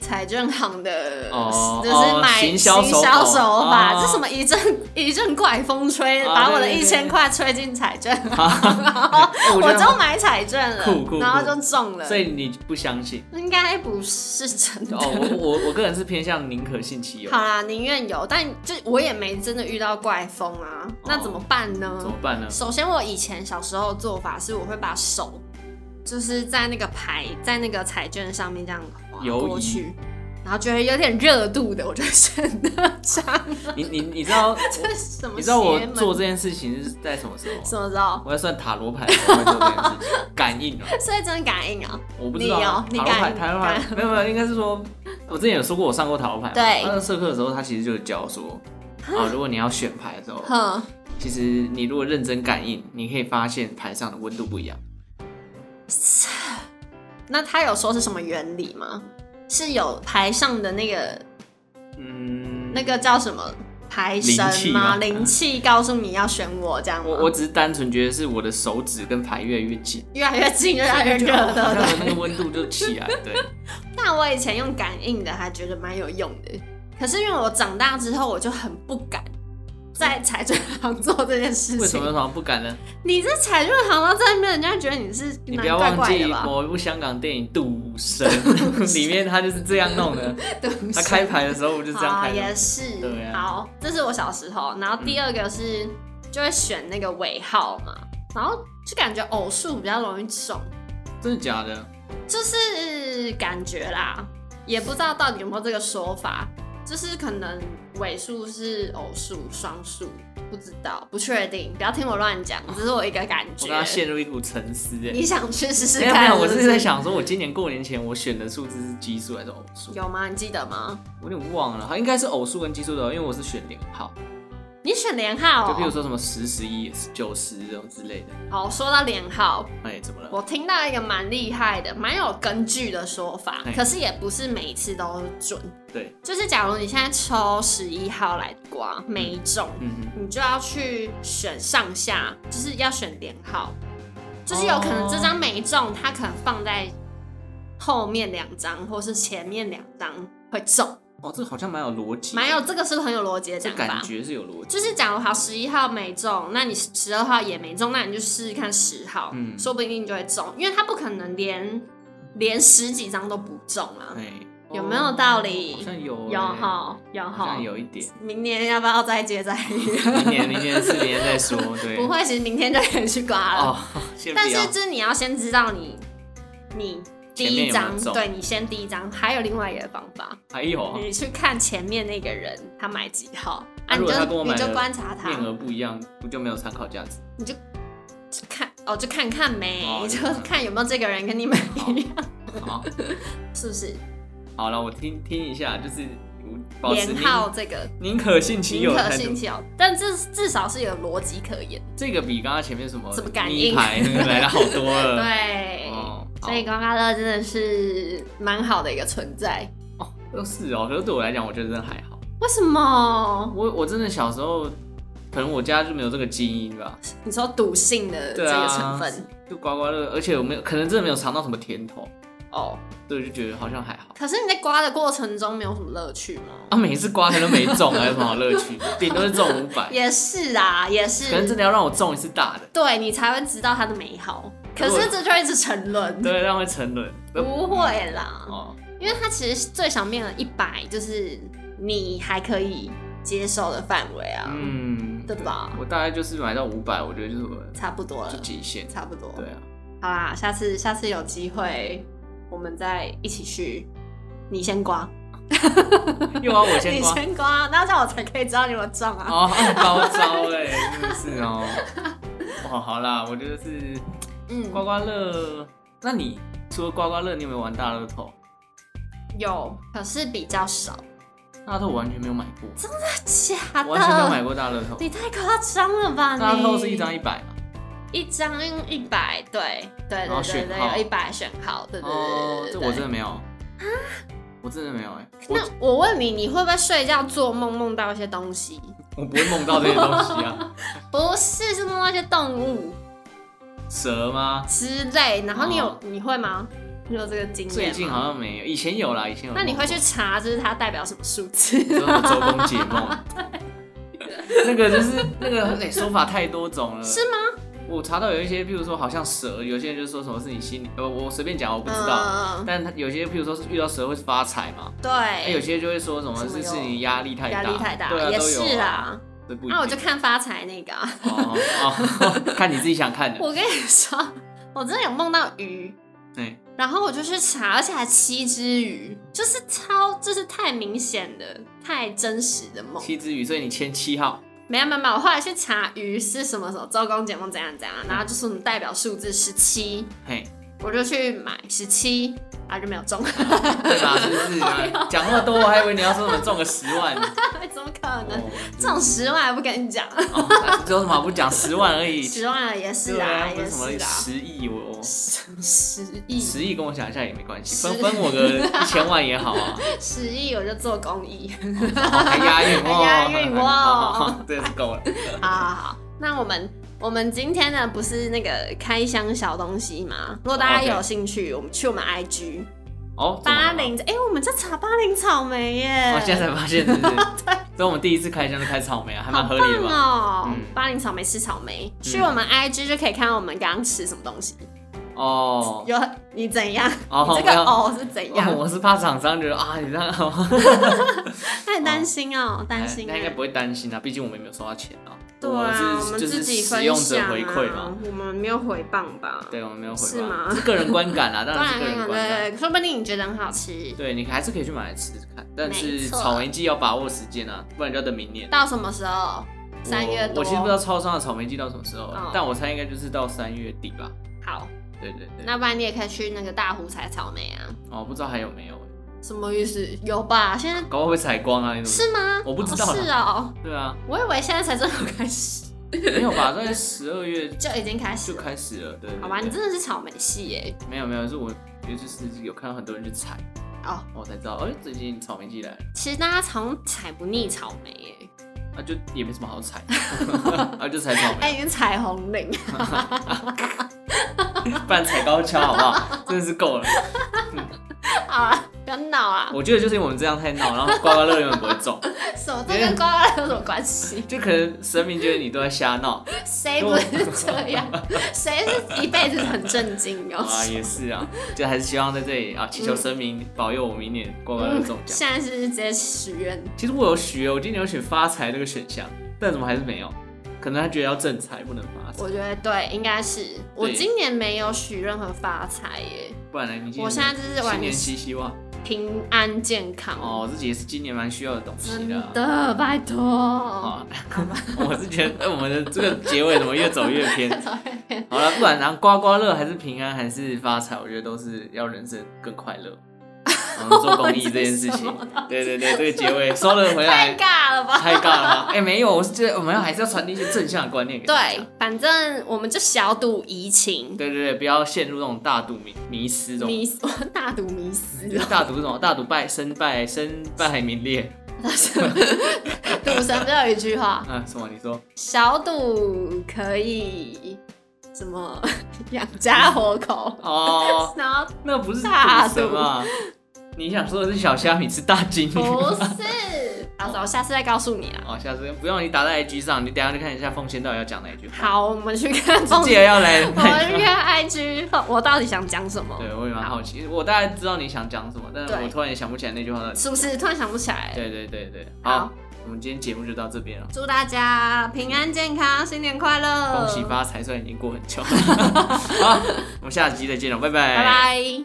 Speaker 3: 财政行的，
Speaker 1: 哦
Speaker 3: 就是
Speaker 1: 哦
Speaker 3: 买
Speaker 1: 行销手
Speaker 3: 手
Speaker 1: 法
Speaker 3: 法，
Speaker 1: 哦
Speaker 3: 这什么一阵一阵怪风吹，
Speaker 1: 啊
Speaker 3: 把我的
Speaker 1: 对对
Speaker 3: 一
Speaker 1: 对
Speaker 3: 千块吹进彩券，
Speaker 1: 哎我觉
Speaker 3: 我
Speaker 1: 得
Speaker 3: 就买彩券了，
Speaker 1: 酷酷
Speaker 3: 然后
Speaker 1: 酷
Speaker 3: 就中了。
Speaker 1: 所以你不相信
Speaker 3: 应该不是真的。
Speaker 1: 哦，我我我个人是偏向宁可信其有，
Speaker 3: 好啦，宁愿有，但就我也没真的遇到怪风啊，那怎么办呢？
Speaker 1: 哦怎么办呢？
Speaker 3: 首先，我以前小时候的做法是，我会把手就是在那个牌，在那个彩券上面这样划
Speaker 1: 游移
Speaker 3: 过去，然后觉得有点热度的，我就选那张。
Speaker 1: 你你你知 道
Speaker 3: 这是什么邪门？
Speaker 1: 你知道我做这件事情是在什么时候吗？
Speaker 3: 什么时候？
Speaker 1: 我在算塔罗牌的时候会做这件事情，感应啊，
Speaker 3: 所以真的感应啊、
Speaker 1: 我不知道啊
Speaker 3: 你
Speaker 1: 塔
Speaker 3: 有
Speaker 1: 罗牌，
Speaker 3: 你敢
Speaker 1: 塔罗牌没有没有，应该是说， 我之前有说过我上过塔罗牌嘛，
Speaker 3: 对
Speaker 1: 他在社课的时候，他其实就有教说，啊，如果你要选牌的时候，
Speaker 3: 哼，
Speaker 1: 其实你如果认真感应，你可以发现牌上的温度不一样。
Speaker 3: 那他有说是什么原理吗？是有牌上的那个
Speaker 1: 嗯，
Speaker 3: 那个叫什么牌
Speaker 1: 灵气
Speaker 3: 神
Speaker 1: 吗
Speaker 3: 吗？灵气告诉你要选我这样吗？
Speaker 1: 我我只是单纯觉得是我的手指跟牌越来越近，
Speaker 3: 越来越近，越来越热，
Speaker 1: 好
Speaker 3: 对
Speaker 1: 像
Speaker 3: 不对？
Speaker 1: 那个温度就起来， 对，
Speaker 3: 但我以前用感应的还觉得蛮有用的，可是因为我长大之后我就很不敢，在彩券行做这件事
Speaker 1: 为什么有什
Speaker 3: 情。
Speaker 1: 么不敢呢？
Speaker 3: 你这彩券行到这边，人家觉得你是
Speaker 1: 你
Speaker 3: 蛮
Speaker 1: 不要
Speaker 3: 怪
Speaker 1: 忘
Speaker 3: 怪
Speaker 1: 记
Speaker 3: 的吧？
Speaker 1: 某一部香港电影《赌 神》 里面，他就是这样弄的。
Speaker 3: 对，
Speaker 1: 哦 他开牌的时候不就这样
Speaker 3: 好
Speaker 1: 开的
Speaker 3: 哦也
Speaker 1: 吗？
Speaker 3: 是，
Speaker 1: 对啊
Speaker 3: 好，这是我小时候。然后第二个是、就会选那个尾号嘛，然后就感觉偶数比较容易中，
Speaker 1: 真的假的？
Speaker 3: 就是感觉啦，也不知道到底有没有这个说法，就是可能尾数是偶数、双数，不知道，不确定，不要听我乱讲，只是我一个感
Speaker 1: 我
Speaker 3: 觉。
Speaker 1: 刚刚陷入一股沉思哎。
Speaker 3: 你想去试试
Speaker 1: 没有
Speaker 3: 看
Speaker 1: 没有，我
Speaker 3: 是不
Speaker 1: 是在，想说，我今年过年前我选的数字是奇数还是偶数？
Speaker 3: 有吗？你记得吗？
Speaker 1: 我有点忘了，它应该是偶数跟奇数的，因为我是选零号，
Speaker 3: 你选连号、
Speaker 1: 就比如
Speaker 3: 哦。
Speaker 1: 说什么十、十一、九十这种之类的。
Speaker 3: 好，哦说到连号，
Speaker 1: 哎，怎么了？
Speaker 3: 我听到一个蛮厉害的、蛮有根据的说法
Speaker 1: 嘿，
Speaker 3: 可是也不是每一次都准。
Speaker 1: 对，
Speaker 3: 就是假如你现在抽十一号来刮，没中，
Speaker 1: 嗯哼，
Speaker 3: 你就要去选上下，就是要选连号，就是有可能
Speaker 1: 哦
Speaker 3: 这张没中，它可能放在后面两张或是前面两张会中，
Speaker 1: 哦，这好像蛮有逻辑，
Speaker 3: 蛮有这个是很有逻辑的
Speaker 1: 这
Speaker 3: 讲
Speaker 1: 感
Speaker 3: 法。
Speaker 1: 觉是有逻辑。
Speaker 3: 就是假如好十一号没中，那你十二号也没中，那你就试试看十号，
Speaker 1: 嗯
Speaker 3: 说不一定就会中，因为它不可能连连十几张都不中啊。
Speaker 1: 哎，
Speaker 3: 有没有道理
Speaker 1: 哦好像有，
Speaker 3: 有，哈，有
Speaker 1: 好
Speaker 3: 哈
Speaker 1: 像，有一点。
Speaker 3: 明年要不要再接再厉？
Speaker 1: 明年，明年是明年再 说，对。
Speaker 3: 不会，其实明天就可以去刮了。
Speaker 1: 哦，先不
Speaker 3: 但
Speaker 1: 要
Speaker 3: 是这你要先知道你你第一
Speaker 1: 前面有没
Speaker 3: 张
Speaker 1: 有，中
Speaker 3: 对你先第一张，还有另外一个方法，
Speaker 1: 还有啊
Speaker 3: 你去看前面那个人他买几号，啊，
Speaker 1: 那
Speaker 3: 你
Speaker 1: 如果他跟
Speaker 3: 就
Speaker 1: 我
Speaker 3: 你
Speaker 1: 买
Speaker 3: 就
Speaker 1: 的
Speaker 3: 观察他
Speaker 1: 面，额不一样，不就没有参考价值？
Speaker 3: 你就看哦，就看看没，
Speaker 1: 哦
Speaker 3: 就
Speaker 1: 就看
Speaker 3: 看有没有这个人跟你买一样，
Speaker 1: 好，
Speaker 3: 是不是？
Speaker 1: 好了，我听听一下，就是保持宁
Speaker 3: 连号这个
Speaker 1: 宁可信其
Speaker 3: 宁
Speaker 1: 有的
Speaker 3: 可
Speaker 1: 态
Speaker 3: 信
Speaker 1: 度。
Speaker 3: 其有，但至至少是有逻辑可言。
Speaker 1: 这个比刚刚前面什么
Speaker 3: 什么感
Speaker 1: 咪
Speaker 3: 应
Speaker 1: 牌那个来的好多了。
Speaker 3: 对，
Speaker 1: 嗯哦，好
Speaker 3: 所以刮刮乐真的是蛮好的一个存在。
Speaker 1: 哦，都是哦，可是对我来讲，我觉得真的还好。
Speaker 3: 为什么？
Speaker 1: 我我真的小时候，可能我家就没有这个基因吧，
Speaker 3: 你说赌性的这
Speaker 1: 对
Speaker 3: 个
Speaker 1: 啊
Speaker 3: 成分？
Speaker 1: 就刮刮乐，而且我没有，可能真的没有尝到什么甜头，
Speaker 3: 哦，
Speaker 1: 所以就觉得好像还好。
Speaker 3: 可是你在刮的过程中没有什么乐趣吗？
Speaker 1: 啊，每一次刮可能都没中，还有什么好乐 趣？顶多是中五百，
Speaker 3: 也是啊，也
Speaker 1: 可能真
Speaker 3: 是，
Speaker 1: 的要让我中一次大的，
Speaker 3: 对你才会知道它的美好。可
Speaker 1: 可是
Speaker 3: 是这就会一直沉沦，
Speaker 1: 对，让会沉沦。
Speaker 3: 不会啦，
Speaker 1: 哦，
Speaker 3: 因为它其实最小面额一百，就是你还可以接受的范围啊，
Speaker 1: 嗯，
Speaker 3: 对吧
Speaker 1: 我大概就是买到五百，我觉得就是我
Speaker 3: 差不多
Speaker 1: 就
Speaker 3: 了，
Speaker 1: 极限。
Speaker 3: 差不多。
Speaker 1: 对啊，
Speaker 3: 好啦，下次下次有机会我们再一起去，你先刮，
Speaker 1: 又要我先
Speaker 3: 你
Speaker 1: 刮。
Speaker 3: 先刮，那这样我才可以知道你有没有中啊。
Speaker 1: 哦，高招哎、真的是哦。哦，好啦，我觉得是
Speaker 3: 嗯，
Speaker 1: 刮刮乐。那你除了刮刮乐，你有没有玩大乐透？
Speaker 3: 有，可是比较少。
Speaker 1: 大乐透我完全没有买过，
Speaker 3: 假的？
Speaker 1: 我完全没有买过大乐透。
Speaker 3: 你太夸张了吧！
Speaker 1: 大乐
Speaker 3: 你
Speaker 1: 透是一张一百嘛？
Speaker 3: 一张用一百，对对
Speaker 1: 然后
Speaker 3: 对对
Speaker 1: 选
Speaker 3: 对，
Speaker 1: 号
Speaker 3: 有一百选号，对对
Speaker 1: 哦
Speaker 3: 对，
Speaker 1: 这
Speaker 3: 对
Speaker 1: 我真
Speaker 3: 对。啊
Speaker 1: 的没有啊，我真的没有哎、我
Speaker 3: 那我问你，你会不会睡觉做梦梦到一些东西？
Speaker 1: 我不会梦到这些东西啊，
Speaker 3: 不是，是梦到一些动物
Speaker 1: 蛇吗？
Speaker 3: 之类。然后你有、
Speaker 1: 哦
Speaker 3: 你会吗？你有这个经验吗？
Speaker 1: 最近好像没有，以前有啦，以前有梦过。
Speaker 3: 那你会去查，就是它代表什么数字？
Speaker 1: 你说什么周公解 梦？那个就是那个，哎、说法太多种了，
Speaker 3: 是
Speaker 1: 吗？我查到有一些，譬如说好像蛇，有些人就说什么是你心里，呃，我随便讲，我不知道。
Speaker 3: 嗯，
Speaker 1: 但他有些，譬如说是遇到蛇会发财嘛，那有
Speaker 3: 对，
Speaker 1: 些就会说什么
Speaker 3: 哎什么
Speaker 1: 是
Speaker 3: 有
Speaker 1: 是你压力太大，
Speaker 3: 压力太大，
Speaker 1: 对啊，
Speaker 3: 也
Speaker 1: 都有啊，
Speaker 3: 是啦。
Speaker 1: 这不一定。
Speaker 3: 那我就看发财那个、啊。
Speaker 1: 哦哦， 看你自己想看的。
Speaker 3: 我跟你说，我真的有梦到鱼，
Speaker 1: 对，
Speaker 3: 然后我就去查，而且还七只鱼，就是超，就是太明显的、太真实的梦。
Speaker 1: 七只鱼，所以你签七号，
Speaker 3: 没有没有没有，我后来去查鱼是什么时候，周公解梦怎样怎样，然后就是我们代表数字十七，
Speaker 1: 嘿，
Speaker 3: 我就去买十七，啊就没有中，
Speaker 1: 对吧？是不是
Speaker 3: 哎
Speaker 1: 啊？讲那么多，我还以为你要说什么中个十 万。
Speaker 3: 怎么可能？
Speaker 1: 哦，
Speaker 3: 这种十万还不跟你讲，
Speaker 1: 哦，有什么好不讲？十万而已，
Speaker 3: 十万了也是
Speaker 1: 对啊，
Speaker 3: 啦，
Speaker 1: 不
Speaker 3: 也
Speaker 1: 是什么啊
Speaker 3: 是啦，
Speaker 1: 十亿，我我
Speaker 3: 十十亿
Speaker 1: 十亿跟我想一下也没关系，
Speaker 3: 十
Speaker 1: 分分我个一千万也好 啊，
Speaker 3: 十亿我就做公益，
Speaker 1: 哦还押韵
Speaker 3: 还
Speaker 1: 哦，
Speaker 3: 押韵哦
Speaker 1: 好好好这是够了。
Speaker 3: 好好好，那我们我们今天呢不是那个开箱小东西嘛？如果大家
Speaker 1: OK
Speaker 3: 有兴趣，我们去我们 IG
Speaker 1: 哦，这么
Speaker 3: 八
Speaker 1: 晚吗
Speaker 3: 零，哎、我们在查八零草莓耶！
Speaker 1: 我现在才发现，是不是？ 所以我们第一次开箱就开草莓啊，还蛮
Speaker 3: 好
Speaker 1: 合
Speaker 3: 棒
Speaker 1: 理的吧？
Speaker 3: 哦
Speaker 1: 嗯！
Speaker 3: 八零草莓吃草莓，去我们 IG 就可以看到我们刚刚吃什么东西。
Speaker 1: 哦，
Speaker 3: 有你怎样？
Speaker 1: 哦
Speaker 3: 你这
Speaker 1: 没有
Speaker 3: 个哦是怎
Speaker 1: 哦
Speaker 3: 样？
Speaker 1: 我是怕厂商觉得啊，你这样，
Speaker 3: 太担心哦，担心
Speaker 1: 那应该
Speaker 3: 哎。
Speaker 1: 不会担心啊，毕竟我们也没有收到钱啊。
Speaker 3: 对啊，我
Speaker 1: 是
Speaker 3: 们
Speaker 1: 就
Speaker 3: 自
Speaker 1: 是
Speaker 3: 己
Speaker 1: 使
Speaker 3: 分
Speaker 1: 用者
Speaker 3: 享
Speaker 1: 回馈
Speaker 3: 啊
Speaker 1: 嘛，，
Speaker 3: 我们没有回谤吧？
Speaker 1: 对，我们没有回
Speaker 3: 是吗
Speaker 1: 馈，是个人观感啊，当
Speaker 3: 当
Speaker 1: 然是
Speaker 3: 然
Speaker 1: 个人
Speaker 3: 当
Speaker 1: 观感。
Speaker 3: 然对，说不定你觉得很好吃。
Speaker 1: 对，你还是可以去买来吃吃看，但
Speaker 3: 没
Speaker 1: 是
Speaker 3: 错啊
Speaker 1: 草莓季要把握时间啊，不然就要等明年。
Speaker 3: 到什么时候？三月
Speaker 1: 我
Speaker 3: 多。
Speaker 1: 我其实不知道超商的草莓季到什么时候，
Speaker 3: 哦
Speaker 1: 但我猜应该就是到三月底吧。
Speaker 3: 好，
Speaker 1: 对对对，
Speaker 3: 那不然你也可以去那个大湖采草莓啊。
Speaker 1: 哦，不知道还有没有欸，
Speaker 3: 什么意思？有吧？现在
Speaker 1: 搞不好会采光啊？你怎么
Speaker 3: 是吗？
Speaker 1: 我不知道
Speaker 3: 哦
Speaker 1: 啦
Speaker 3: 是哦，
Speaker 1: 对啊，
Speaker 3: 我以为现在才正好开始，
Speaker 1: 没有吧？大概十二月
Speaker 3: 就已经开始
Speaker 1: 就
Speaker 3: 了。
Speaker 1: 开始了，对对
Speaker 3: 好吧，
Speaker 1: 啊对
Speaker 3: 你真的是草莓系耶！
Speaker 1: 没有没有，是我也就是有看到很多人去采，
Speaker 3: 哦，
Speaker 1: 我才知道，哎、最近草莓季来了，
Speaker 3: 其实大家好像采不腻草莓耶，
Speaker 1: 啊就也没什么好 采，啊就采草莓，
Speaker 3: 哎、已经彩虹岭，
Speaker 1: 不然采高跷好不好？真的是够了。
Speaker 3: 好啊，不要闹啊！
Speaker 1: 我觉得就是因为我们这样太闹，然后刮刮乐永远不会中，
Speaker 3: 什么这跟瓜瓜有什么关系？
Speaker 1: 就可能神明觉得你都在瞎 闹，
Speaker 3: 谁不是这样？谁是一辈子很正经 哦？
Speaker 1: 啊也是啊，就还是希望在这里啊祈求神明保佑我明年刮刮乐中奖。
Speaker 3: 现在是直接许愿，
Speaker 1: 其实我有许，我今年有选发财这个选项，但怎么还是没有？可能他觉得要正财不能发财，
Speaker 3: 我觉得对，应该是我今年没有许任何发财耶，
Speaker 1: 不然呢？你今年
Speaker 3: 我现在就是完全
Speaker 1: 新年新希望
Speaker 3: 平安健康
Speaker 1: 哦，自己也是今年蛮需要的东西
Speaker 3: 真
Speaker 1: 的啊。
Speaker 3: 的，拜托。
Speaker 1: 啊， 我是觉得哎我们的这个结尾怎么越走越偏？好了，不管然后刮刮乐还是平安还是发财，我觉得都是要人生更快 乐。我们做公益这件事
Speaker 3: 什
Speaker 1: 情
Speaker 3: 么，
Speaker 1: 对对对，这个结尾收了回
Speaker 3: 太
Speaker 1: 来，
Speaker 3: 尬了吧？
Speaker 1: 太尬了吗。哎、没有，我是觉得我们要还是要传递一些正向的观念给大家
Speaker 3: 对，反正我们就小赌怡情，
Speaker 1: 对对对，不要陷入那种大赌迷迷失这种，
Speaker 3: 迷 大赌迷思
Speaker 1: 就是大赌这种大赌败身败身败名裂。
Speaker 3: 赌神不是有一句话，
Speaker 1: 啊，什么？你说？
Speaker 3: 小赌可以什么 养家 活口，
Speaker 1: 哦，
Speaker 3: 然后
Speaker 1: 那不是
Speaker 3: 大哦
Speaker 1: 赌神嘛？你想说的是小虾米吃大金鱼？
Speaker 3: 不是，好，我下次再告诉你啊。
Speaker 1: 哦，下次不用你打在 IG 上，你等一下就看一下奉先到底要讲哪一句话。
Speaker 3: 好，我们去看 凤，
Speaker 1: 记得要来
Speaker 3: 我 们
Speaker 1: 看
Speaker 3: 去
Speaker 1: 一下。
Speaker 3: 看 IG，我到底想讲什么？
Speaker 1: 对，我也蛮好奇，我大概知道你想讲什么，但是
Speaker 3: 对
Speaker 1: 我突然也想不起来那句话到底。
Speaker 3: 是不是突然想不起来？
Speaker 1: 对对对对，
Speaker 3: 好
Speaker 1: 好，我们今天节目就到这边了。
Speaker 3: 祝大家平安健康，新年快乐，
Speaker 1: 呃 恭喜发财，虽然已经过很久了。好，我们下集再见了，拜拜，
Speaker 3: 拜拜。